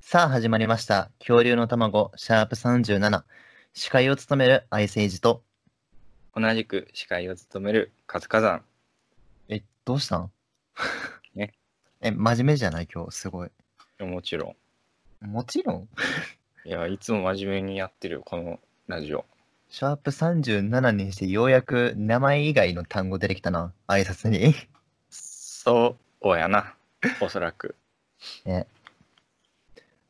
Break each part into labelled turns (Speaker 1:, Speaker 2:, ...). Speaker 1: さあ始まりました。恐竜の卵、シャープ37。司会を務めるアイセイジと、
Speaker 2: 同じく司会を務めるカズカザン。
Speaker 1: え、どうしたん
Speaker 2: ね
Speaker 1: え、真面目じゃない今日、すごい。
Speaker 2: いやもちろ
Speaker 1: もちろん、
Speaker 2: ん。いや、いつも真面目にやってるよ、このラジオ。
Speaker 1: シャープ37にしてようやく名前以外の単語出てきたな、挨拶に。
Speaker 2: そうやな、おそら く。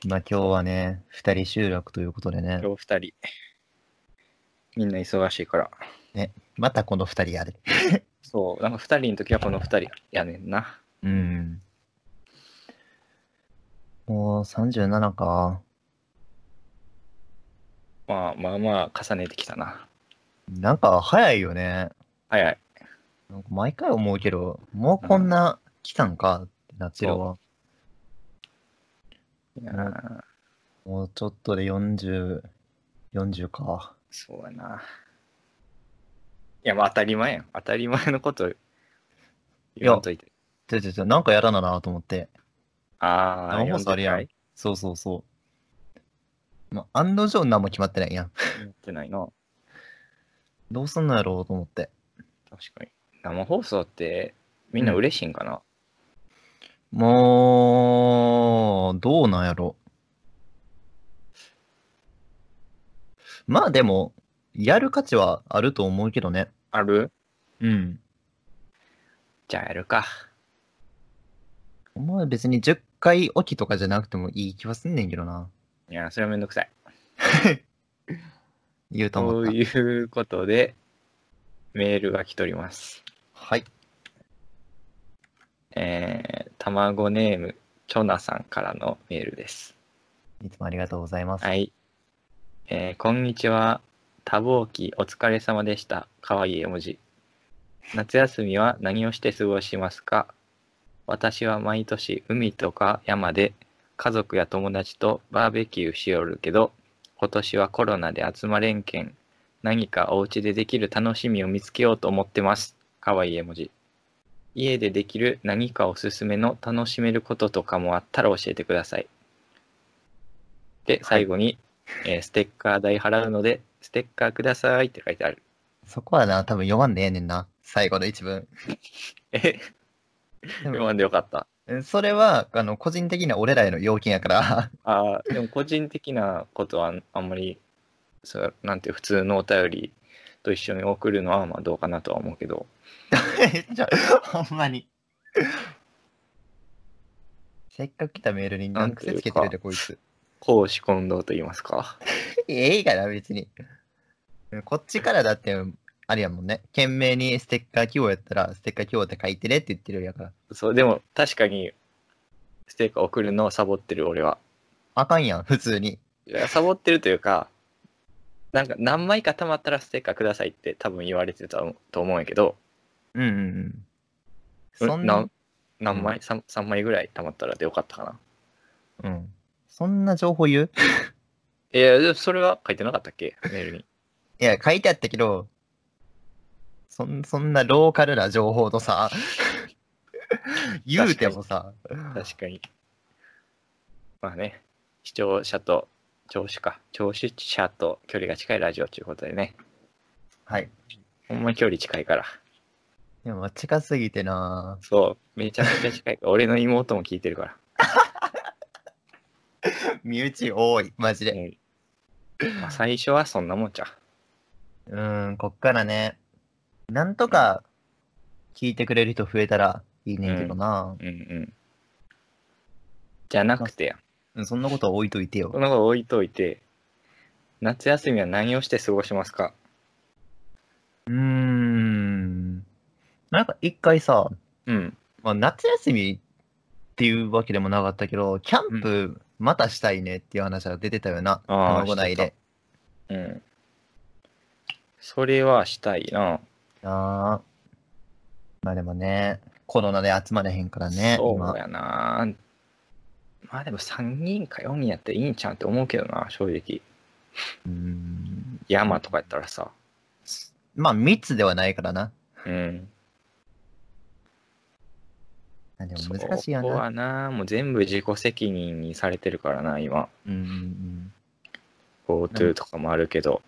Speaker 1: まあ今日はね、二人収録ということでね、
Speaker 2: 今日二人。みんな忙しいから。
Speaker 1: またこの二人やる。
Speaker 2: そう、なんか二人の時はこの二人やねんな。
Speaker 1: うん。もう37か。
Speaker 2: まあまあまあ、重ねてきたな。
Speaker 1: なんか早いよね。
Speaker 2: 早い。
Speaker 1: なんか毎回思うけど、もうこんな期間かってなってるわ。
Speaker 2: いやー
Speaker 1: もうちょっとで40、40か。
Speaker 2: そうやな。いや、まあ当たり前やん。当たり前のこと言わんといて。
Speaker 1: ちょちょちょ、なんかやらななと思って。
Speaker 2: ああ、
Speaker 1: 生放送あるやん
Speaker 2: や
Speaker 1: そうそうそう。まあ、案の定何も決まってないやん。
Speaker 2: ってないな。
Speaker 1: どうすんのやろうと思って。
Speaker 2: 確かに。生放送ってみんな嬉しいんかな、
Speaker 1: もう、どうなんやろ。まあでも、やる価値はあると思うけどね。
Speaker 2: ある
Speaker 1: うん。
Speaker 2: じゃあやるか。
Speaker 1: お前別に10回起きとかじゃなくてもいい気はすんねんけどな。
Speaker 2: いや、それはめんどくさい。
Speaker 1: 言うと思
Speaker 2: と
Speaker 1: った。
Speaker 2: いうことで、メールが来ております。
Speaker 1: はい。
Speaker 2: えー、卵ネーム、チョナさんからのメールです。
Speaker 1: いつもありがとうございます。
Speaker 2: はい。えー、こんにちは。多忙期お疲れ様でした。かわいい絵文字。夏休みは何をして過ごしますか私は毎年海とか山で家族や友達とバーベキューしよるけど今年はコロナで集まれんけん何かお家でできる楽しみを見つけようと思ってます。かわいい絵文字。家でできる何かおすすめの楽しめることとかもあったら教えてください。で、最後に、えーステッカー代払うので、ステッカーくださいって書いてある。
Speaker 1: そこはな、多分読まんでええねんな。最後の一文。
Speaker 2: え、
Speaker 1: でも
Speaker 2: 読んでよかった。
Speaker 1: それは、あの、個人的な俺らへの要件やから。
Speaker 2: ああ、でも個人的なことはあんまり、そうなんていう普通のお便りと一緒に送るのはまあどうかなとは思うけど、
Speaker 1: じゃあ、ほんまに。せっかく来たメールに何癖つけてるで、こいつ。
Speaker 2: 公私混同と言いますか。
Speaker 1: ええから、別に。こっちからだって、あれやもんね。懸命にステッカー希望やったら、ステッカー希望って書いてねって言ってるやから。
Speaker 2: そう、でも確かに、ステッカー送るのをサボってる俺は。
Speaker 1: あかんやん、普通に。
Speaker 2: いやサボってるというか、なんか何枚か溜まったらステッカーくださいって多分言われてたと思うんやけど、
Speaker 1: うんうんうん。
Speaker 2: うん
Speaker 1: そんな、
Speaker 2: 何枚、三 3, 枚ぐらい溜まったらでよかったかな。
Speaker 1: うん。そんな情報言う
Speaker 2: いや、でもそれは書いてなかったっけメール に。
Speaker 1: いや、書いてあったけど、そんそんなローカルな情報とさ、言うてもさ、
Speaker 2: 確かに。まあね、視聴者と、聴取か、聴取者と距離が近いラジオということでね、
Speaker 1: はい。
Speaker 2: ほんまに距離近いから。
Speaker 1: でも近すぎてな
Speaker 2: そう、めちゃくち ゃ近いから。俺の妹も聞いてるか
Speaker 1: 身内多い、マジ
Speaker 2: ら。
Speaker 1: で。
Speaker 2: うんまあ、最初はそんなもんじゃ。
Speaker 1: うーん、こっからね、なんとか聞いてくれる人増えたらいいねんけどな、
Speaker 2: うんうん。じゃなくてや、
Speaker 1: うん、そんなことは置いといて
Speaker 2: こ
Speaker 1: よ。
Speaker 2: の子置いといて、夏休みは何をして過ごしますか
Speaker 1: うーん。なんか一回さ、
Speaker 2: うん。
Speaker 1: まあ、夏休みっていうわけでもなかったけど、キャンプまたしたいねっていう話が出てたよな、
Speaker 2: あー
Speaker 1: 卵内で。
Speaker 2: うん。それはしたいな。
Speaker 1: あーまあでもね、コロナで集まれへんからね、
Speaker 2: そうやな。まあでも3人か4人やっていいんちゃうんって思うけどな、正直。
Speaker 1: 今うーん。
Speaker 2: 山とかやったらさ。
Speaker 1: まあ密ではないからな。
Speaker 2: うん。
Speaker 1: あでも難しいよ
Speaker 2: そこ
Speaker 1: な。
Speaker 2: はな、もう全部自己責任にされてるからな、今。
Speaker 1: うんうんうん。
Speaker 2: GoTo とかもあるけど。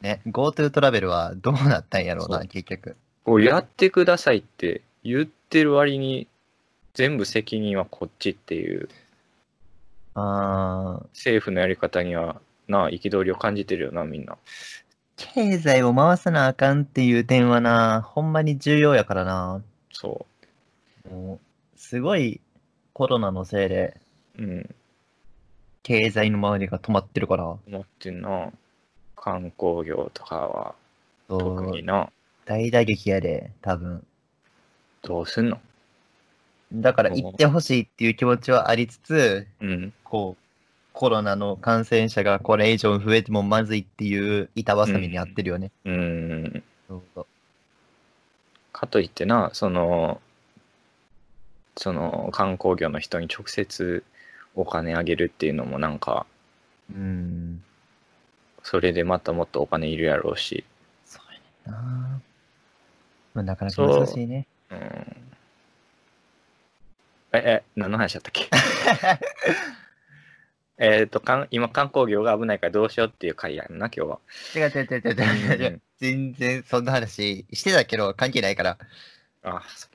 Speaker 1: ね、GoTo トラベルはどうなったんやろう
Speaker 2: そ
Speaker 1: な、
Speaker 2: う
Speaker 1: 結局。
Speaker 2: こうやってくださいって言ってる割に、全部責任はこっちっていう、
Speaker 1: あー
Speaker 2: 政府のやり方には、な、憤りを感じてるよな、みんな。
Speaker 1: 経済を回さなあかんっていう点はな、ほんまに重要やからな。
Speaker 2: そ
Speaker 1: もう、すごいコロナのせいで、
Speaker 2: う。うん。
Speaker 1: 経済の周りが止まってるから。
Speaker 2: 思ってんな。観光業とかは、
Speaker 1: そう
Speaker 2: 特にな。
Speaker 1: 大打撃やで、多分。
Speaker 2: どうすんの
Speaker 1: だから行ってほしいっていう気持ちはありつつ、
Speaker 2: うん。
Speaker 1: こう、コロナの感染者がこれ以上増えてもまずいっていう板挟みにあってるよね。
Speaker 2: うん。
Speaker 1: そうそう
Speaker 2: かといってなそのその観光業の人に直接お金あげるっていうのもなんか
Speaker 1: うん。
Speaker 2: それでまたもっとお金いるやろうし、
Speaker 1: そうやねんな。まあ、なかなか難しいね。
Speaker 2: うん、ええ何の話だったっけえっとかん今観光業が危ないからどうしようっていう回やんな今日は、
Speaker 1: 違う違う違う違う違う違う。全然そんな話してたけど関係ないから。
Speaker 2: あそ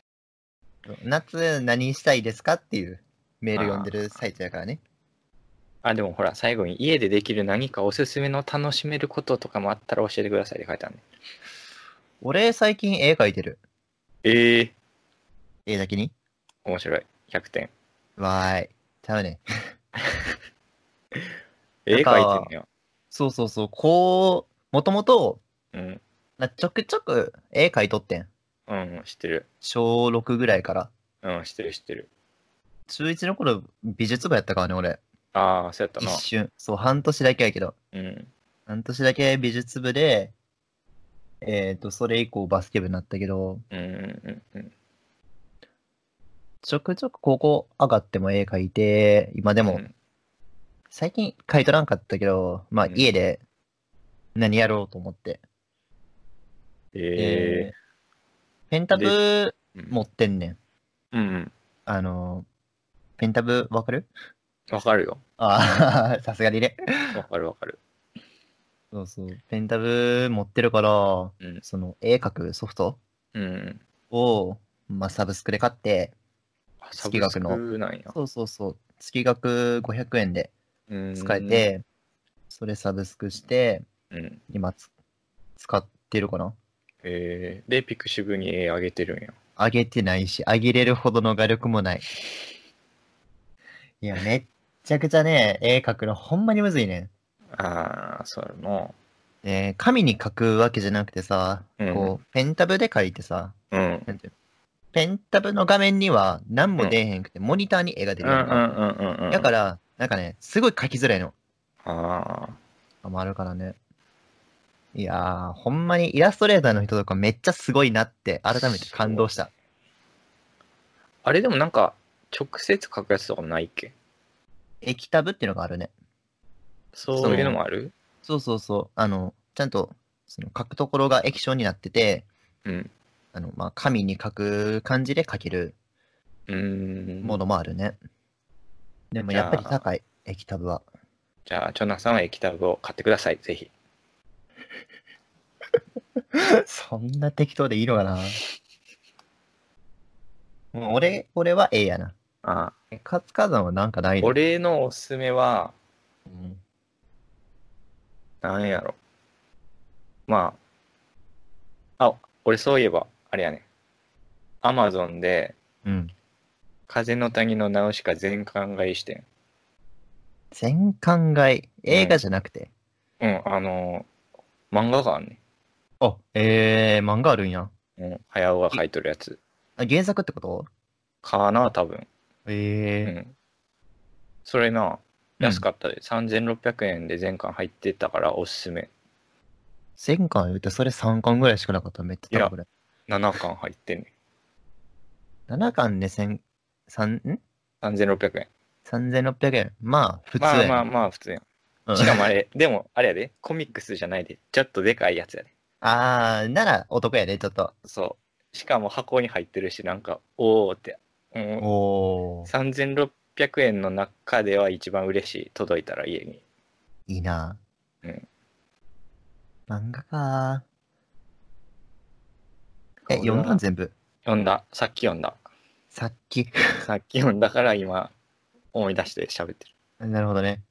Speaker 1: 夏何したいですかっていうメール読んでる最中やからね。
Speaker 2: あでもほら最後に家でできる何かおすすめの楽しめることとかもあったら教えてくださいって書いてあるね
Speaker 1: 俺最近絵描いてる。
Speaker 2: ええ
Speaker 1: 絵だけに。
Speaker 2: 面白い100点
Speaker 1: わーい。ちゃうね。
Speaker 2: 絵描
Speaker 1: なん
Speaker 2: いてん
Speaker 1: か
Speaker 2: のよ、
Speaker 1: そうそうそう。こう、もともと、
Speaker 2: うん、
Speaker 1: なちょくちょく絵描いとってん。
Speaker 2: うん、知ってる。
Speaker 1: 小6ぐらいから。
Speaker 2: うん、知ってる、知ってる。
Speaker 1: 中1の頃、美術部やったからね、俺。
Speaker 2: ああ、そうやった
Speaker 1: 一
Speaker 2: な。
Speaker 1: 瞬。そう、半年だけやけど。
Speaker 2: うん。
Speaker 1: 半年だけ美術部で、えっ、と、それ以降バスケ部になったけど、
Speaker 2: うん、うん、うん。
Speaker 1: ちょくちょく高校上がっても絵描いて、今で
Speaker 2: で
Speaker 1: も、最近描いとらんかったけど、まあ
Speaker 2: うん
Speaker 1: 家で何やろうと思って。
Speaker 2: ええ
Speaker 1: ーペンタブ
Speaker 2: ー。
Speaker 1: 持ってんねん。
Speaker 2: うん、うん。
Speaker 1: あの、ペンタブわかる
Speaker 2: わかるよ。
Speaker 1: ああ、さすがにね。
Speaker 2: わかる、わかる。
Speaker 1: そうそう。ペンタブ持ってるから、
Speaker 2: うん
Speaker 1: その絵描くソフト
Speaker 2: うん。
Speaker 1: を、まあ、サブスクで買って、
Speaker 2: あサ
Speaker 1: 月
Speaker 2: ブス
Speaker 1: 額の
Speaker 2: クなんや。
Speaker 1: そうそうそう。月額500円で
Speaker 2: うん
Speaker 1: 使え。て、それサブスクして、
Speaker 2: うん。
Speaker 1: 今つ使ってるかな
Speaker 2: ええー。で、ピクシブに絵あげてるんや。
Speaker 1: 上げてないし、上げれるほどの画力もない。いや、めっちゃくちゃね、絵描くのほんまにむずいね
Speaker 2: ああ、そうやろ
Speaker 1: ん。
Speaker 2: な。
Speaker 1: えー紙に描くわけじゃなくてさ、
Speaker 2: うん
Speaker 1: こう、ペンタブで描いてさ、
Speaker 2: うん。
Speaker 1: なんていうのペンタブの画面には何も出えへんくて、モニターに絵が出
Speaker 2: うん
Speaker 1: る
Speaker 2: う
Speaker 1: やん
Speaker 2: ん
Speaker 1: か。
Speaker 2: うんうんうん。。
Speaker 1: だからら、なんかね、すごい描きづらいの。
Speaker 2: ああ。
Speaker 1: もあるからね。いやー、ほんまにイラストレーターの人とかめっちゃすごいなって改めて感動した。
Speaker 2: あれでもなんか、直接書くやつとかもないっけ
Speaker 1: 液タブっていうのがあるね。
Speaker 2: そういうのもある
Speaker 1: そうそうそう。あの、ちゃんとその書くところが液晶になってて、
Speaker 2: うん。
Speaker 1: あの、まあ、紙に書く感じで書ける
Speaker 2: うーん。
Speaker 1: ものもあるね。でも
Speaker 2: じゃあ
Speaker 1: やっぱり高い、液タブは。
Speaker 2: じゃあ、チョナさんは液タブを買ってください、ぜひ。
Speaker 1: そんな適当でいいのかなもう俺、俺は A やな。
Speaker 2: ああ。
Speaker 1: カツカザンはなんかないの、
Speaker 2: 俺のおすすめは
Speaker 1: うん
Speaker 2: 何やろまああ俺そういえばあれやねアマゾンで
Speaker 1: うん。
Speaker 2: 「風の谷のナウシカ全巻買いして
Speaker 1: 全巻買い。映画じゃなくて。
Speaker 2: んうんあのー漫画があんね
Speaker 1: あ、えー、漫画あるんや。
Speaker 2: ん、うん、早尾が書いとるやつ
Speaker 1: あ原作ってこと
Speaker 2: かな多分う
Speaker 1: え
Speaker 2: んそれな
Speaker 1: うん
Speaker 2: 安かったで、3600円で全巻入ってたからおすすめ
Speaker 1: ー、1000巻言うてそれ3巻ぐらいしかなかったらめっちゃ高くない
Speaker 2: 7巻入ってんね
Speaker 1: 7巻で千三ん
Speaker 2: ん3600円
Speaker 1: 3600円。まあ、普通
Speaker 2: まあ
Speaker 1: や
Speaker 2: まあ
Speaker 1: な。
Speaker 2: まあ普通やん
Speaker 1: うん
Speaker 2: しかもあれ、でもあれやで、コミックスじゃないで、ちょっとでかいやつやで。
Speaker 1: あー、ならお得やで、ちょっと。
Speaker 2: そう。しかも箱に入ってるし、なんか、おーって、も
Speaker 1: お
Speaker 2: う
Speaker 1: ー、
Speaker 2: 3600円の中では一番嬉しい届いたら家に
Speaker 1: いいな。
Speaker 2: うん。
Speaker 1: 漫画かー。え、
Speaker 2: これ
Speaker 1: 読
Speaker 2: は
Speaker 1: んだん全部。
Speaker 2: 読んださっき読んだ
Speaker 1: さっき。
Speaker 2: さっき読んだから今思い出して喋ってる
Speaker 1: なるほどね。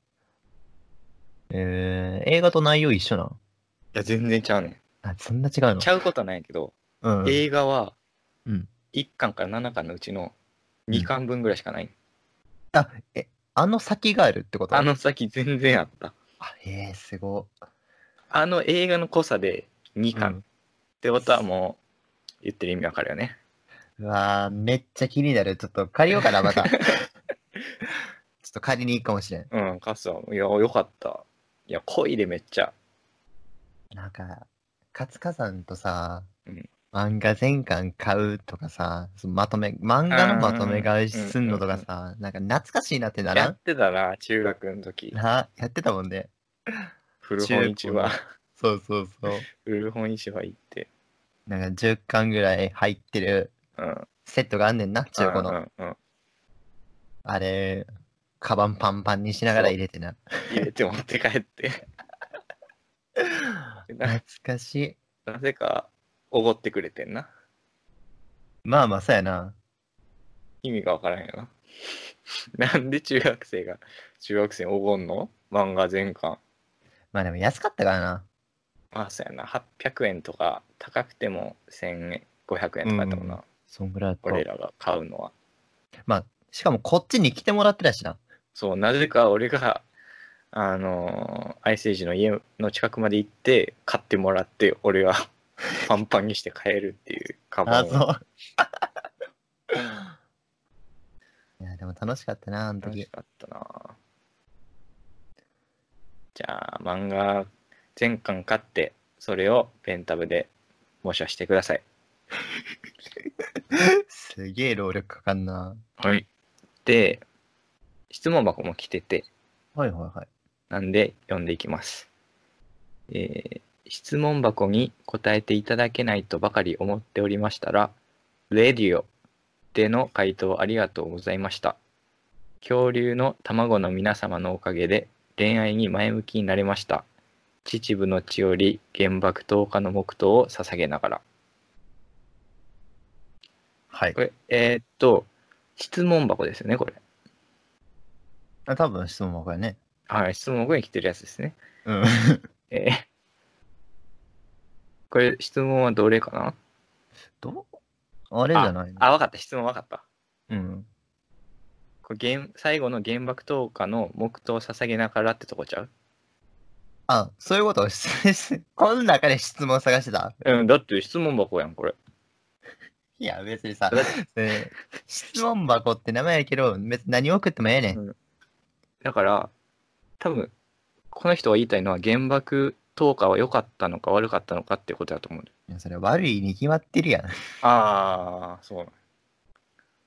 Speaker 1: えー、映画と内容一緒なん
Speaker 2: いや全然ちゃうね
Speaker 1: あ、そんな違うんの
Speaker 2: ちゃうことないけど、
Speaker 1: うん。
Speaker 2: 映画は
Speaker 1: うん
Speaker 2: 1巻から7巻のうちの2巻分ぐらいしかない、
Speaker 1: あ、え、あの先があるってこと
Speaker 2: あの先全然あった
Speaker 1: あ、えー、すご。
Speaker 2: あの映画の濃さで2巻、
Speaker 1: うん
Speaker 2: ってことはもう言ってる意味わかるよね
Speaker 1: うわー、めっちゃ気になる。ちょっと借りようかな、また。ち ょっと借りに行くかもしれん。
Speaker 2: うんカスはいやよかったいや濃いでめっちゃ
Speaker 1: なんか、勝火山とさ、
Speaker 2: うん
Speaker 1: 漫画全巻買うとかさ、そのまとめ、漫画のまとめ買い
Speaker 2: うん
Speaker 1: すんのとかさ、なんか懐かしいなってなら
Speaker 2: や
Speaker 1: ん
Speaker 2: ってたな中学の時
Speaker 1: な、やってたもんね。
Speaker 2: 古本市場
Speaker 1: 中そうそうそう。
Speaker 2: 古本市場行って
Speaker 1: なんか10巻ぐらい入ってる
Speaker 2: うん
Speaker 1: セットがあんねんな、中古
Speaker 2: う
Speaker 1: の。
Speaker 2: んうんうん
Speaker 1: あれ、カバンパンパンにしながら入れてな。
Speaker 2: 入れて持って帰って な
Speaker 1: 懐かしい。
Speaker 2: なぜかおごってくれてんな
Speaker 1: まあまあ、そうやな。
Speaker 2: 意味がわからんよな なんで中学生が中学生におごんの漫画全巻
Speaker 1: まあでも安かったからな。
Speaker 2: まあそうやな800円とか高くても1500円とかやったもんな、
Speaker 1: うんそんぐらいだ
Speaker 2: 俺
Speaker 1: った。
Speaker 2: らが買うのは
Speaker 1: まあ、しかもこっちに来てもらってたしな。
Speaker 2: そうなぜか俺があのー、アイスエイジの家の近くまで行って買ってもらって俺は パンパンにして買えるっていうカバ
Speaker 1: あ、
Speaker 2: ンを
Speaker 1: そう。 いや、でも楽しかったな、あの
Speaker 2: 楽し
Speaker 1: 時。
Speaker 2: かったなじゃあ漫画全巻買ってそれをペンタブで模写してください
Speaker 1: すげえ労力かかんな。
Speaker 2: はいで質問箱も来てて
Speaker 1: はいはいはい。
Speaker 2: なんで読んでいきます。えー質問箱に答えていただけないとばかり思っておりましたら、レディオでの回答ありがとうございました。恐竜の卵の皆様のおかげで恋愛に前向きになれました。秩父の地より原爆投下の黙祷を捧げながら。
Speaker 1: はい
Speaker 2: こ。れ、えーっと、質問箱ですよね、これ。
Speaker 1: あ多分質問もこれね。
Speaker 2: はい、質問箱に来てるやつですね。
Speaker 1: うん。
Speaker 2: えーこれ、質問はどれかな
Speaker 1: どうあれじゃないの
Speaker 2: あ、わかった、質問わかった。
Speaker 1: うん。
Speaker 2: これ原最後の原爆投下の黙祷を捧げながらってとこちゃう
Speaker 1: あ、そういうこと この中で質問探してた
Speaker 2: うん、だって質問箱やん、これ。
Speaker 1: いや、別にさ
Speaker 2: だっ、
Speaker 1: えー質問箱って名前やけど、別に何送ってもええねん。
Speaker 2: だから、多分この人が言いたいのは原爆投下は良かったのか悪かったのかってことだと思う。
Speaker 1: いやそれ悪いに決まってるやん。
Speaker 2: ああ、そうなん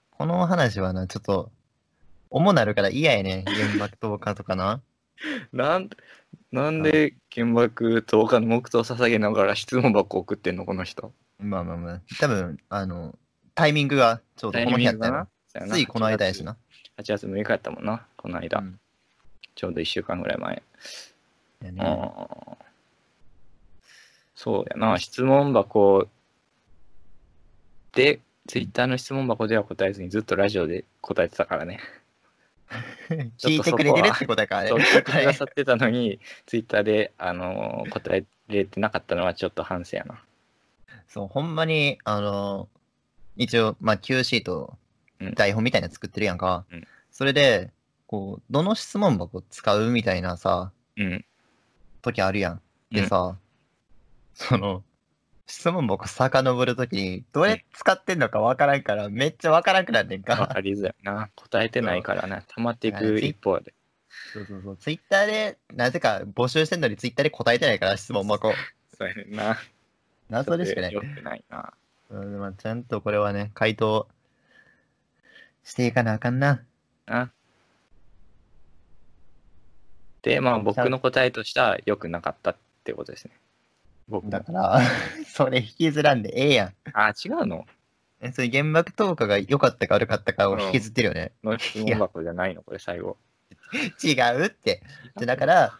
Speaker 1: この話はな、ちょっと、重なるから嫌やねん。原爆投下とかな。
Speaker 2: なんなんで原爆投下の黙祷を捧げながら質問箱送ってんの、この人。
Speaker 1: まあまあまあ、多分、あの、タイミングがちょうどこの日やったよな。
Speaker 2: タイミングかな。
Speaker 1: ついこの間やしな。
Speaker 2: 8月。8月6日やったもんな、この間。
Speaker 1: うん
Speaker 2: ちょうど1週間ぐらい前。
Speaker 1: いやね
Speaker 2: ああ。そうやな、質問箱で、ツイッターの質問箱では答えずにずっとラジオで答えてたからね。
Speaker 1: 聞いてくれてるってことやからね
Speaker 2: そう聞い てくださってたのに、ツイッターで、あのー答えれてなかったのはちょっと反省やな。
Speaker 1: そう、ほんまに、あの、一応、まあ、Q シート
Speaker 2: うん、
Speaker 1: 台本みたいなの作ってるやんか。
Speaker 2: うん
Speaker 1: それで、こう、どの質問箱使うみたいなさ、
Speaker 2: うん。
Speaker 1: 時あるやん。でさ、その、質問箱遡るときに、どれ使ってんのかわからんから、めっちゃわからんくなんねん
Speaker 2: わ
Speaker 1: か。
Speaker 2: かりづらいな。答えてないからな。溜まってい
Speaker 1: は
Speaker 2: く
Speaker 1: い
Speaker 2: 一方で。
Speaker 1: そうそうそう。ツイッターで、なぜか募集してんのにツイッターで答えてないから、質問箱。
Speaker 2: そうやねんな。
Speaker 1: 謎でしかない
Speaker 2: よ。くないな。
Speaker 1: うんまあ、ちゃんとこれはね、回答していかなあかんな。
Speaker 2: なで、まあ僕の答えとしては良くなかったってことですね。僕 も
Speaker 1: だから、それ引きずらんでええやん。
Speaker 2: あ、違うの
Speaker 1: えそういう原爆投下が良かったか悪かったかを引きずってるよね。
Speaker 2: の質問箱じゃないのこれ最後。
Speaker 1: 違うって。でだから、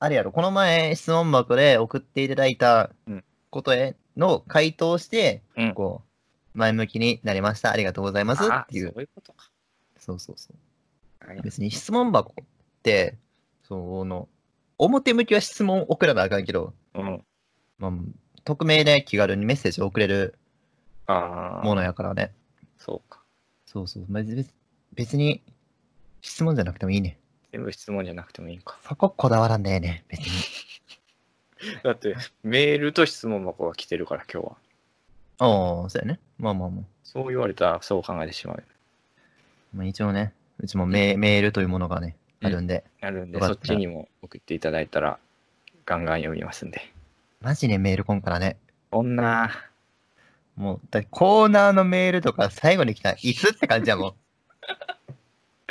Speaker 1: あれやろ、この前質問箱で送っていただいた
Speaker 2: うん
Speaker 1: ことへの回答をして、
Speaker 2: うん
Speaker 1: こう、前向きになりました。ありがとうございますっ
Speaker 2: あ
Speaker 1: ていう
Speaker 2: そ。ういうことか。
Speaker 1: そうそうそう。
Speaker 2: はい
Speaker 1: 別に質問箱って、その、表向きは質問送らなあかんけど、
Speaker 2: うん。
Speaker 1: まあ、匿名で気軽にメッセージを送れる
Speaker 2: ああ、
Speaker 1: ものやからね。
Speaker 2: そうか。
Speaker 1: そうそう。まあ別別に質問じゃなくてもいいね。
Speaker 2: 全部質問じゃなくてもいいんか。
Speaker 1: そここだわらんでええね。別に。
Speaker 2: だって、メールと質問箱が来てるから、今日は。
Speaker 1: ああ、そうやね。まあまあまあ。
Speaker 2: そう言われたら、そう考えてしまうよ。
Speaker 1: まあ、一応ね、うちもメメールというものがね、
Speaker 2: うん
Speaker 1: あるんで、
Speaker 2: なるんで、
Speaker 1: よかっ
Speaker 2: そ
Speaker 1: た
Speaker 2: っちにも送っていただいたら、ガンガン読みますんで。
Speaker 1: マジでメール来んからね。
Speaker 2: 女、
Speaker 1: もう、だってコーナーのメールとか最後に来たら、いつって感じやもん。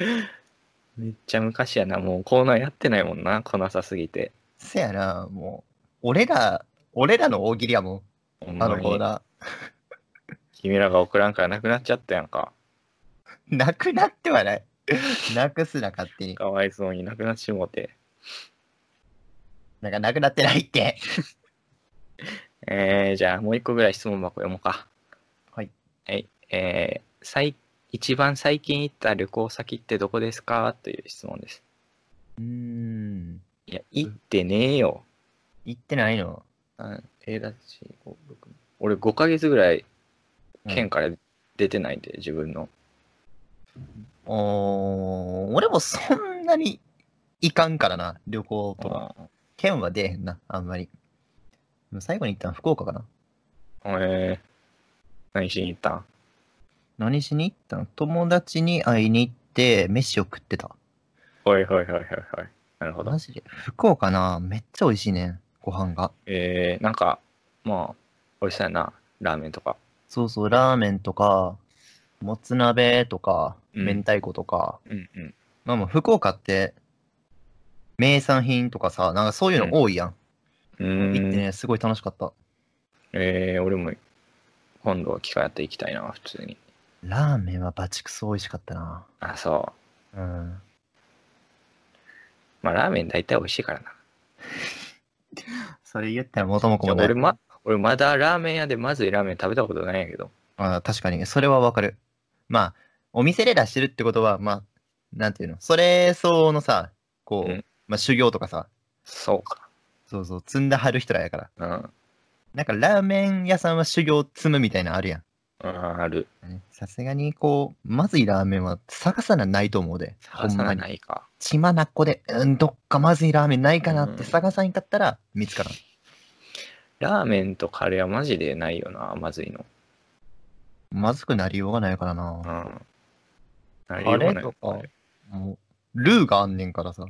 Speaker 2: めっちゃ昔やな。もうコーナーやってないもんな。来なさすぎて。
Speaker 1: せやな、もう、俺ら、俺らの大喜利やもん。
Speaker 2: ほん
Speaker 1: あ
Speaker 2: ま
Speaker 1: のコー
Speaker 2: に。
Speaker 1: ナ
Speaker 2: 君らが送らんからなくなっちゃったやんか。
Speaker 1: ー。 なくなってはない。なくすな、勝手に。
Speaker 2: かわいそうになくなってしもうて。
Speaker 1: なんかなくなってないって。
Speaker 2: えー、じゃあもう一個ぐらい質問箱読もうか。
Speaker 1: はい。
Speaker 2: はい。えー、最一番最近行った旅行先ってどこですかという質問です。
Speaker 1: うーん。
Speaker 2: いや、行ってねえよ。
Speaker 1: 行ってないの
Speaker 2: あえー、だし、5 6俺5ヶ月ぐらい県から出てないんで、自分の。
Speaker 1: おー、俺もそんなに行かんからな、旅行とか。
Speaker 2: あ
Speaker 1: 県は出えへんな、あんまり。でも最後に行ったの福岡かな。
Speaker 2: ーえー、何しに行ったん
Speaker 1: 何しに行ったの友達に会いに行って飯を食ってた。
Speaker 2: はいはいはいはいはい。なるほど
Speaker 1: マ。ジで福岡な、めっちゃ美味しいねん、ご飯が。
Speaker 2: えー、なんか、まあ、美味しそうやな。ラーメンとか。
Speaker 1: そうそう、ラーメンとか、もつ鍋とか、
Speaker 2: うん
Speaker 1: 明太子とか。
Speaker 2: うんうん。
Speaker 1: まあもう福岡って、名産品とかさ、なんかそういうの多いやん。
Speaker 2: うーん
Speaker 1: 行ってね、すごい楽しかった。
Speaker 2: えー、俺も今度は機会あって行きたいな、普通に。
Speaker 1: ラーメンはバチクソ美味しかったな。
Speaker 2: あ、そう。
Speaker 1: うん。
Speaker 2: まあ、ラーメン大体美味しいからな。
Speaker 1: それ言ったら元も子もない
Speaker 2: 俺。ま、俺まだラーメン屋でまずいラーメン食べたことないんやけど。
Speaker 1: ああ確かに、それはわかる。まあ、お店で出してるってことは、まあ、なんていうの、それ相応のさ、こう、
Speaker 2: うん
Speaker 1: まあ、修行とかさ、
Speaker 2: そうか。
Speaker 1: そうそう、積んだはる人らやから。
Speaker 2: うん。
Speaker 1: なんか、ラーメン屋さんは修行積むみたいなのあるや
Speaker 2: うん、ある。
Speaker 1: ん。さすがに、こう、まずいラーメンは探さなないと思うで。ほ
Speaker 2: 探
Speaker 1: ん
Speaker 2: さ
Speaker 1: ま
Speaker 2: な
Speaker 1: に。
Speaker 2: いか。
Speaker 1: 血まなっこで、うん、どっかまずいラーメンないかなって
Speaker 2: うん
Speaker 1: 探さんかったら見つからん。
Speaker 2: ラーメンとカレーはマジでないよな、まずいの。
Speaker 1: まずくなりようがないからな。
Speaker 2: うん。カ
Speaker 1: カレーとか、もう、ルーがあんねんからさ。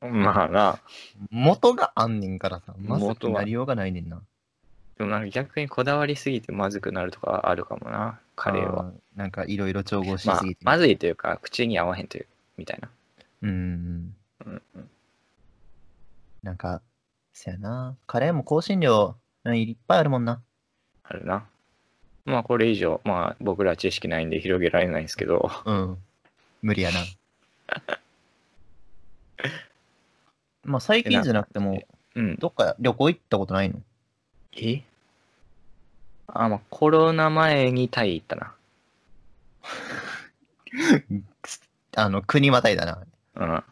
Speaker 2: まあな。
Speaker 1: 元があんねんからさ、まず
Speaker 2: 元
Speaker 1: く
Speaker 2: は
Speaker 1: なりようがないねんな。
Speaker 2: でもなんか逆にこだわりすぎてまずくなるとかはあるかもな、カレーは。
Speaker 1: あー。なんかいろいろ調合し
Speaker 2: まあ
Speaker 1: すぎ、て。
Speaker 2: まずいというか、口に合わへんという、みたいな。
Speaker 1: うん。
Speaker 2: うんうん。
Speaker 1: なんか、そやな。カレーも香辛料、うんいっぱいあるもんな。
Speaker 2: あるな。まあこれ以上、まあ僕ら知識ないんで広げられないんですけど、
Speaker 1: うん。無理やな。 まあ最近じゃなくても、
Speaker 2: うん。
Speaker 1: どっか旅行行ったことないの
Speaker 2: えあ、まあコロナ前にタイ行ったな。
Speaker 1: あの、国またいだな。
Speaker 2: うん。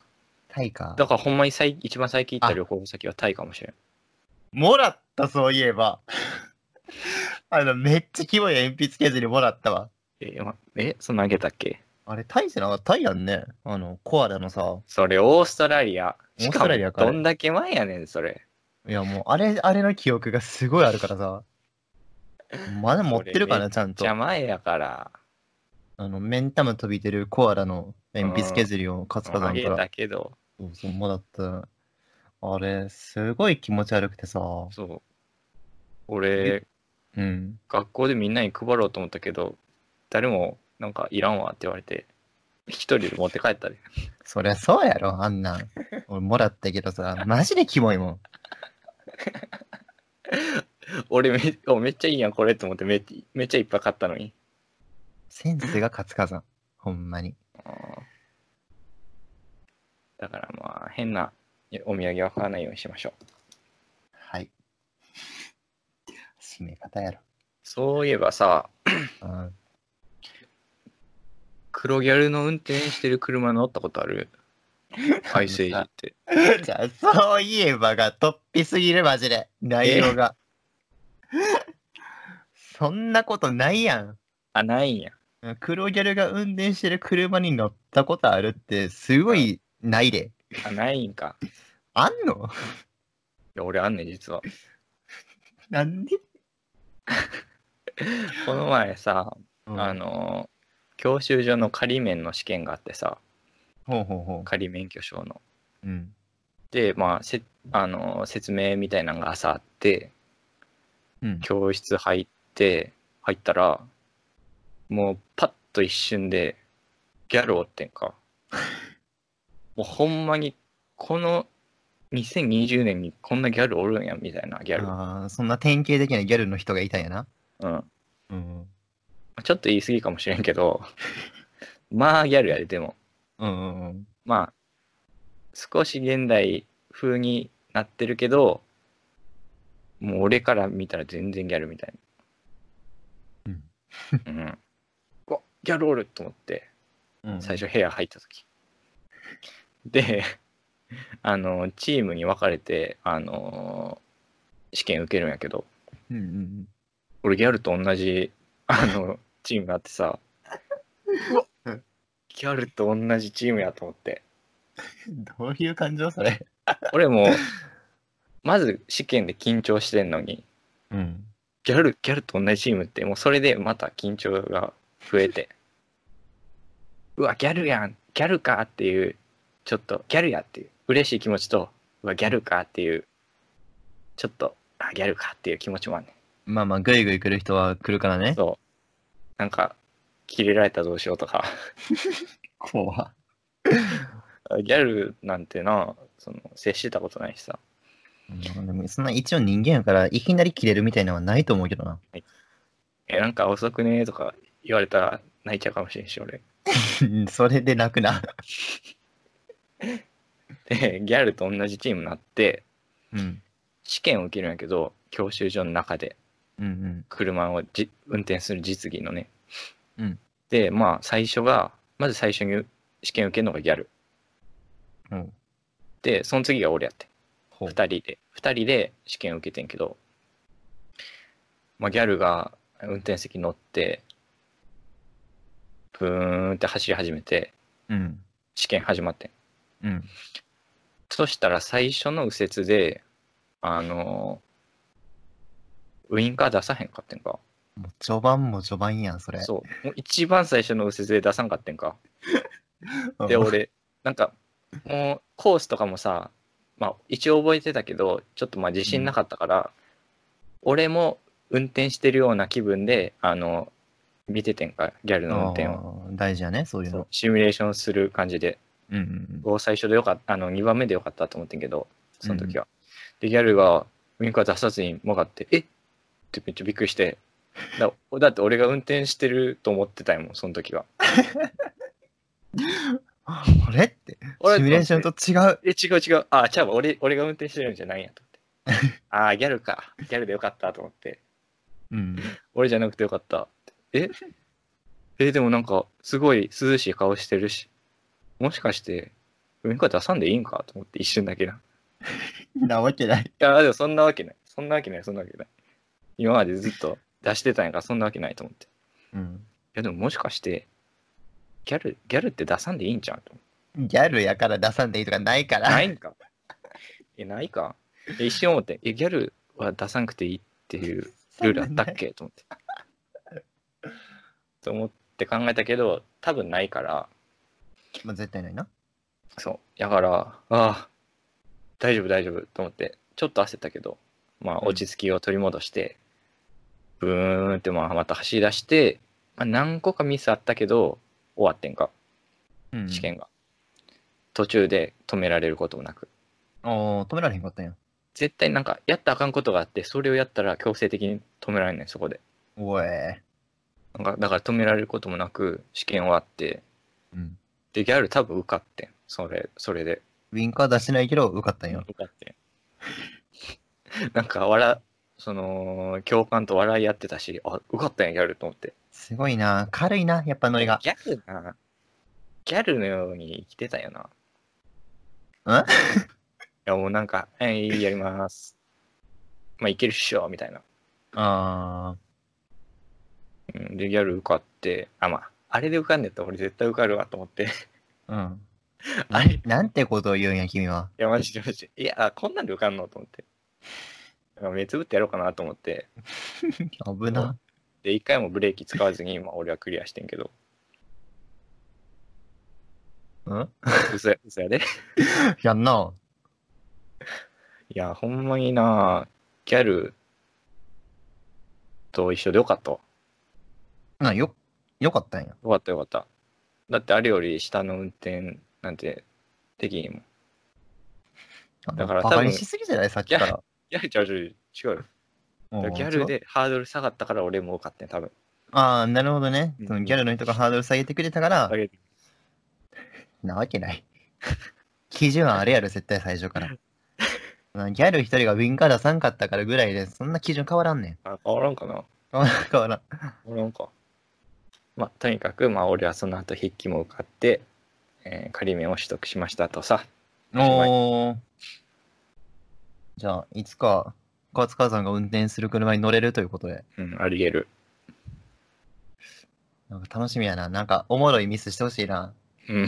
Speaker 1: タイか。
Speaker 2: だからほんまに最一番最近行った旅行先はタイかもしれん。
Speaker 1: もらった、そういえば。 あの、めっちゃキモい鉛筆削りもらったわ。
Speaker 2: え、ま、えそんなあげたっけ
Speaker 1: あれ、タイじゃなかったタイやんね。あの、コアラのさ。
Speaker 2: それオーストラリア。
Speaker 1: オー
Speaker 2: し
Speaker 1: ス
Speaker 2: か
Speaker 1: ト
Speaker 2: も
Speaker 1: ラリアかあれ
Speaker 2: どんだけ前やねん、それ。
Speaker 1: いやもうあれ、あれの記憶がすごいあるからさ。まだ持ってるかな、ちゃんと
Speaker 2: じゃ。あ前やから。
Speaker 1: あの、目ん玉飛び出るコアラの鉛筆削りを勝
Speaker 2: ま
Speaker 1: カさ
Speaker 2: ああ
Speaker 1: ん
Speaker 2: げ
Speaker 1: から
Speaker 2: たけど。
Speaker 1: そうそうもらった。あれ、すごい気持ち悪くてさ。
Speaker 2: そう。俺、
Speaker 1: うん。
Speaker 2: 学校でみんなに配ろうと思ったけど、誰もなんかいらんわって言われて、一人で持って帰ったで。
Speaker 1: そりゃそうやろ、あんなん。俺もらったけどさ、マジでキモいもん。
Speaker 2: 俺めおめっちゃいいやんこれと思ってめっめっちゃいっぱい買ったのに
Speaker 1: センスが勝つかさん。ほんまに。
Speaker 2: だからまあ変なお土産は買わないようにしましょう
Speaker 1: はい。締め方やろ。
Speaker 2: そういえばさ
Speaker 1: うん。
Speaker 2: 黒ギャルの運転してる車乗ったことあ るハイセージって
Speaker 1: じゃあ、そういえばが突飛すぎる、マジで。内容が。そんなことないやん。
Speaker 2: あないんや
Speaker 1: 黒ギャルが運転してる車に乗ったことあるって、すごいないで。
Speaker 2: あないんかい
Speaker 1: あんの
Speaker 2: や俺あんねん実は
Speaker 1: なんで、
Speaker 2: この前さ
Speaker 1: うん
Speaker 2: あ、の教習所の仮免の試験があってさ
Speaker 1: ほうほうほ
Speaker 2: 仮免許証の
Speaker 1: う。うん。
Speaker 2: でまあせあの説明みたいなのが朝あって
Speaker 1: うん、
Speaker 2: 教室入って入ったらもうパッと一瞬でギャルおってんか もうほんまにこの2020年にこんなギャルおるんやみたいなギャル、
Speaker 1: あーそんな典型的なギャルの人がいたんやな。
Speaker 2: うん、
Speaker 1: うん。
Speaker 2: ちょっと言い過ぎかもしれんけど まあギャルやででも
Speaker 1: うんうんうん。
Speaker 2: まあ少し現代風になってるけどもう俺から見たら全然ギャルみたいなうん、うん、うわギャルおると思って
Speaker 1: うん
Speaker 2: 最初部屋入った時であのチームに分かれてあの試験受けるんやけど
Speaker 1: うんうん
Speaker 2: 俺ギャルと同じあのチームがあってさうわ
Speaker 1: うん
Speaker 2: ギャルと同じチームやと思って
Speaker 1: うん。どういう感情それ。
Speaker 2: 俺もまず試験で緊張してんのに
Speaker 1: うん。
Speaker 2: ギャルギャルと同じチームってもうそれでまた緊張が増えてうわギャルやんギャルかっていうちょっとギャルやっていう嬉しい気持ちとうわギャルかっていうちょっとあギャルかっていう気持ちもあんね
Speaker 1: まあまあ、ぐいぐい来る人は来るからね
Speaker 2: ん。そうなんかキレられたらどうしようとか
Speaker 1: 怖
Speaker 2: ギャルなんてなその接してたことないしさ
Speaker 1: うんでも、そんな一応人間やから、いきなり切れるみたいなのはないと思うけどな。
Speaker 2: えなんか遅くねとか言われたら泣いちゃうかもしれんし俺
Speaker 1: うんそれで泣くな。
Speaker 2: でギャルと同じチームになって
Speaker 1: うん。
Speaker 2: 試験を受けるんやけど教習所の中で
Speaker 1: うん
Speaker 2: 車をじ運転する実技のね、
Speaker 1: うん
Speaker 2: でまあ最初がまず最初に試験受けるのがギャル
Speaker 1: うん。うん。
Speaker 2: でその次が俺やって
Speaker 1: ほう
Speaker 2: 2人で2人で試験受けてんけど、まあ、ギャルが運転席乗ってブーンって走り始めて
Speaker 1: うん。
Speaker 2: 試験始まってん
Speaker 1: うん。
Speaker 2: そしたら最初の右折で、あのウインカー出さへんかってんか。
Speaker 1: もう序盤も序盤やん、それ。
Speaker 2: そう。もう一番最初の右折で出さんかってんか。
Speaker 1: うん
Speaker 2: で、。俺、なんか、もうコースとかもさ、まあ一応覚えてたけど、ちょっとまあ自信なかったから、俺も運転してるような気分で、あの、見ててんか、ギャルの運転を。
Speaker 1: あー大事やね、そういう
Speaker 2: そう
Speaker 1: の。
Speaker 2: シミュレーションする感じで。
Speaker 1: うんうん
Speaker 2: を最初でよかったあの2番目でよかったと思ってんけどその時は、でギャルがウインカー出さずに曲がって「えっ!」ってめっちゃびっくりしてだだって俺が運転してると思ってたよもんその時は
Speaker 1: うん。あれって、
Speaker 2: 俺
Speaker 1: シミュレーションと違う。
Speaker 2: え違う違うあちゃうわ俺俺が運転してるんじゃないんやと思ってああギャルかギャルでよかったと思って
Speaker 1: うん。
Speaker 2: 俺じゃなくてよかったええでもなんかすごい涼しい顔してるしもしかしてウインカー出さんでいいんかと思って一瞬だけな
Speaker 1: なわけない。
Speaker 2: いや、でもそんなわけない。そんなわけない、そんなわけない。今までずっと出してたんやから、そんなわけないと思って。い
Speaker 1: うん。
Speaker 2: や、でももしかして、ギャル、ギャルって出さんでいいんじゃんと思って。
Speaker 1: ギャルやから出さんでいいとかないから。
Speaker 2: ないんか。 え、ないか。え一瞬思って、え、ギャルは出さなくていいっていうルールあったっけと思って。 と思って考えたけど、多分ないから、
Speaker 1: まあ、絶対ないな。
Speaker 2: そう。だから、ああ、大丈夫、大丈夫と思って、ちょっと焦ったけど、まあ、
Speaker 1: うん
Speaker 2: 落ち着きを取り戻して、ブーンって、まあ、また走り出して、まあ、何個かミスあったけど、終わってんか、
Speaker 1: うん
Speaker 2: 試験が。途中で止められることもなく。
Speaker 1: ああ、止められへんかったんや。
Speaker 2: 絶対なんかやったらあかんことがあってそれをやったら強制的に止められないそこで
Speaker 1: おえ。
Speaker 2: なんかだから止められることもなく試験終わって
Speaker 1: うん。
Speaker 2: でギャル多分受かってんそれそれで
Speaker 1: ウィンカー出してないけど受かったんよ。
Speaker 2: 受かってんなんか笑その教官と笑い合ってたしあ受かったんやギャルと思って
Speaker 1: すごいな。軽いな、やっぱノリが。
Speaker 2: ギャルなギャルのように生きてたよな
Speaker 1: うん
Speaker 2: いやもうなんか「はいやります」まあいけるっしょみたいな
Speaker 1: あ
Speaker 2: うんでギャル受かってあまああれで受かんねえと俺絶対受かるわと思ってい
Speaker 1: あ。うん。
Speaker 2: あれ
Speaker 1: なんてことを言うんや、君は。
Speaker 2: やマジでマジでいやあこんなんで受かんのと思ってなんか目つぶってやろうかなと思って
Speaker 1: 危な。
Speaker 2: で一回もブレーキ使わずに今俺はクリアしてんけど
Speaker 1: うん
Speaker 2: 嘘や嘘やで
Speaker 1: やんな。
Speaker 2: いやほんまになギャルと一緒でよかったわ
Speaker 1: な、よ、よかったんや。
Speaker 2: よかったよかった。だってあれより下の運転なんてできひんもん。
Speaker 1: あ
Speaker 2: だから
Speaker 1: バ
Speaker 2: 多
Speaker 1: カ
Speaker 2: 分
Speaker 1: にしすぎじゃないさっきから。
Speaker 2: ギャルちゃうちゃうちゃう違うよ。だからギャル
Speaker 1: うん。違う
Speaker 2: でハードル下がったから俺も多かったね、多分。
Speaker 1: ああ、なるほどね。
Speaker 2: うん
Speaker 1: そのギャルの人がハードル下げてくれたから、なわけない。基準はあれやろ、絶対最初 から。まあギャル一人がウィンカー出さんかったからぐらいで、そんな基準変わらんねん。
Speaker 2: あ変わらんかな
Speaker 1: 変わらん、変わらん。
Speaker 2: 変わらんか。まあ、とにかく、まあ、俺はその後筆記も受かって、えー仮免を取得しましたとさ。
Speaker 1: おー。じゃあ、いつか、勝川さんが運転する車に乗れるということで、
Speaker 2: うん、あり得る。
Speaker 1: なんか楽しみやな。なんか、おもろいミスしてほしいな。
Speaker 2: うん。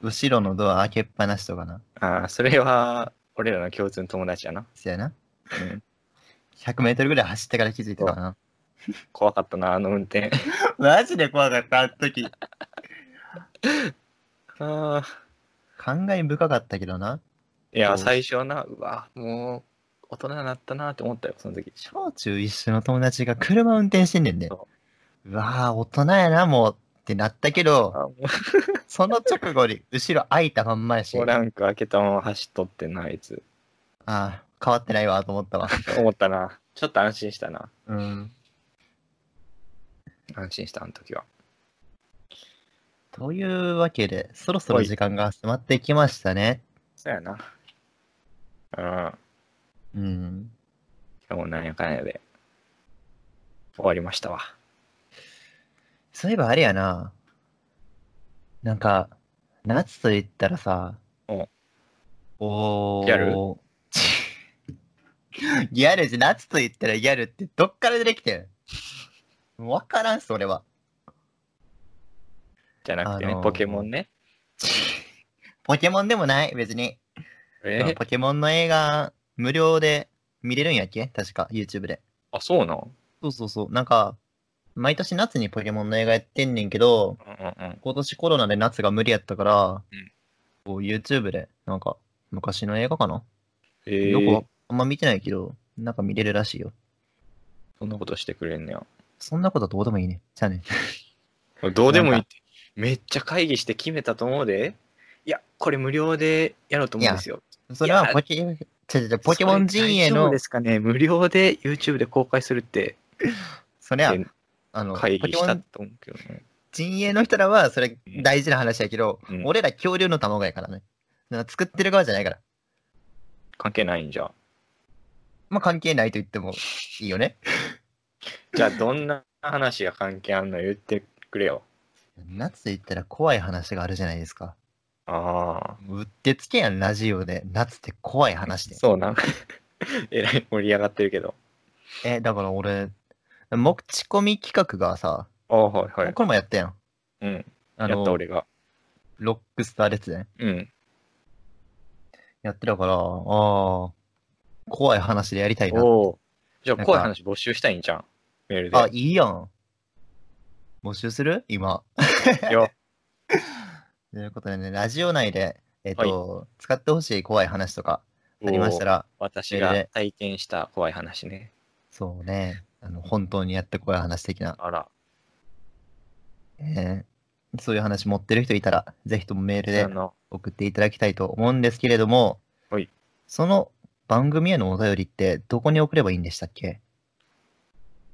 Speaker 1: 後ろのドア開けっぱなしとかな。
Speaker 2: ああ、それは、俺らの共通の友達やな。
Speaker 1: そやな。
Speaker 2: うん。
Speaker 1: 100メートルぐらい走ってから気づいたからな。
Speaker 2: 怖かったな、あの運転。
Speaker 1: マジで怖かった、あの時。
Speaker 2: ああ。
Speaker 1: 感慨深かったけどな。
Speaker 2: い
Speaker 1: そ
Speaker 2: や、
Speaker 1: う
Speaker 2: 最初はな、うわ、もう、大人になったなって思ったよ、その時。
Speaker 1: 小中一緒の友達が車運転してんねんで、
Speaker 2: そう
Speaker 1: わあ、大人やな、もうってなったけ
Speaker 2: あ
Speaker 1: ど、
Speaker 2: もう
Speaker 1: その直後に後ろ開いたまんまやし、
Speaker 2: ト
Speaker 1: あ
Speaker 2: ランク開けたまま走っとってんな、あいつ。
Speaker 1: あ、変わってないわと思ったわ。
Speaker 2: 思ったな。ちょっと安心したな。
Speaker 1: うん。
Speaker 2: 安心した、あの時は。
Speaker 1: というわけで、そろそろ時間が迫ってきましたね。
Speaker 2: そうやな。うん。
Speaker 1: うん。
Speaker 2: 今日もなんやかんやで。終わりましたわ。
Speaker 1: そういえばあれやな、なんか、夏と言ったらさ、
Speaker 2: うん
Speaker 1: おー。
Speaker 2: ギャル
Speaker 1: ギャルじゃ、夏と言ったらギャルってどっから出てきてんわからん、それは。
Speaker 2: じゃなくてね、
Speaker 1: あのー
Speaker 2: ポケモンね。
Speaker 1: ポケモンでもない、別に。
Speaker 2: え
Speaker 1: ポケモンの映画、無料で見れるんやっけ確か、YouTube で。
Speaker 2: あ、そうなん
Speaker 1: そうそうそう。なんか、毎年夏にポケモンの映画やってんねんけど、
Speaker 2: うんうんうん。
Speaker 1: 今年コロナで夏が無理やったから、
Speaker 2: うん
Speaker 1: こう YouTube で、なんか、昔の映画かな、
Speaker 2: えー、
Speaker 1: よくわあんま見てないけど、なんか見れるらしいよ。
Speaker 2: そんなことしてくれんねや。
Speaker 1: そんなことはどうでもいいね。じゃあね。
Speaker 2: どうでもいいって。めっちゃ会議して決めたと思うで。いや、これ無料でやろうと思うんですよ。
Speaker 1: それはい
Speaker 2: や
Speaker 1: ポケ、ちょちょちょポケモン陣営
Speaker 2: それ大丈夫
Speaker 1: の
Speaker 2: で、すかね無料で YouTube で公開するって
Speaker 1: それは
Speaker 2: で、
Speaker 1: あの、ポ
Speaker 2: 会
Speaker 1: ケ
Speaker 2: 議し
Speaker 1: モ
Speaker 2: た
Speaker 1: ン
Speaker 2: と思うけどね。
Speaker 1: 陣営の人らは、それ大事な話やけど、
Speaker 2: うん
Speaker 1: 俺ら恐竜の卵やからね。なんか作ってる側じゃないから。
Speaker 2: 関係ないんじゃ。
Speaker 1: まあ関係ないと言ってもいいよね。
Speaker 2: じゃあどんな話が関係あんの言ってくれよ。
Speaker 1: 夏と言ったら怖い話があるじゃないですか。
Speaker 2: あ
Speaker 1: うってつけやん、ラジオで。夏って怖い
Speaker 2: あ。
Speaker 1: 話で。
Speaker 2: そうなん。 えらい盛り上がってるけど。
Speaker 1: え、だから俺、持ち込み企画がさ、
Speaker 2: ああ、はいはい。
Speaker 1: これもやったやん。
Speaker 2: うん。や
Speaker 1: あ
Speaker 2: った
Speaker 1: の、
Speaker 2: 俺が。
Speaker 1: ロックスター列伝
Speaker 2: うん。
Speaker 1: やってたから、ああ、怖い話でやりたいな。
Speaker 2: おお。じゃ
Speaker 1: な
Speaker 2: あ
Speaker 1: んか
Speaker 2: 怖い話募集したいんじゃん。メールで。
Speaker 1: あ、いいやん。募集する今。
Speaker 2: いや
Speaker 1: ということでね、ラジオ内で、えっ、と、使ってほしい怖い話とかありました
Speaker 2: ら。
Speaker 1: ら、
Speaker 2: 私
Speaker 1: メール
Speaker 2: が
Speaker 1: で
Speaker 2: 体験した怖い話ね。
Speaker 1: そうね、あの本当にやって怖い話的な、
Speaker 2: あら。
Speaker 1: えーそういう話持ってる人いたら、ぜひともメール
Speaker 2: あ
Speaker 1: で
Speaker 2: の、
Speaker 1: 送っていただきたいと思うんですけれども、
Speaker 2: はい
Speaker 1: その番組へのお便りってどこに送ればいいんでしたっけ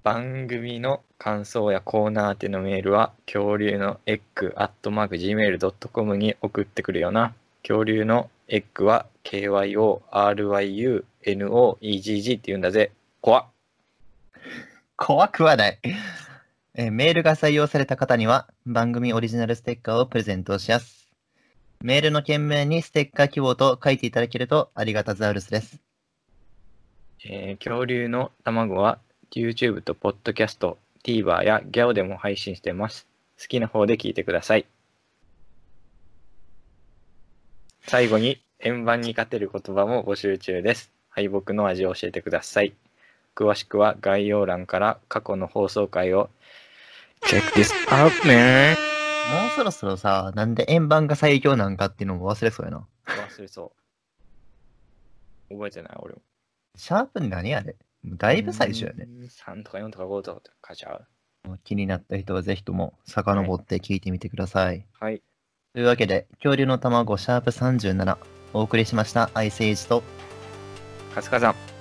Speaker 2: 番組の感想やコーナー宛てのメールは恐竜のエッグアットマーク Gmail.com に送ってくるよな恐竜のエッグは KYORYUNOEGG って言うんだぜ怖っ
Speaker 1: 怖くはない。えーメールが採用された方には番組オリジナルステッカーをプレゼントします。メールの件名にステッカー希望と書いていただけるとありがたザウルスです。
Speaker 2: えー恐竜の卵は YouTube と Podcast、TVer や GAO でも配信してます。好きな方で聞いてください。最後に、円盤に勝てる言葉も募集中です。敗北の味を教えてください。詳しくは概要欄から過去の放送回を Check this out, man!
Speaker 1: もうそろそろさ、なんで円盤が最強なんかっていうのも忘れそうやな。
Speaker 2: 忘れそう。覚えてない俺も。
Speaker 1: シャープ何あれだいぶ最初やね。
Speaker 2: うーん。3とか4とか5とかちゃう。
Speaker 1: 気になった人はぜひとも遡って聞いてみてください。
Speaker 2: はい。
Speaker 1: というわけで、恐竜の卵シャープ37お送りしましたアイスエイジと
Speaker 2: 春日さん。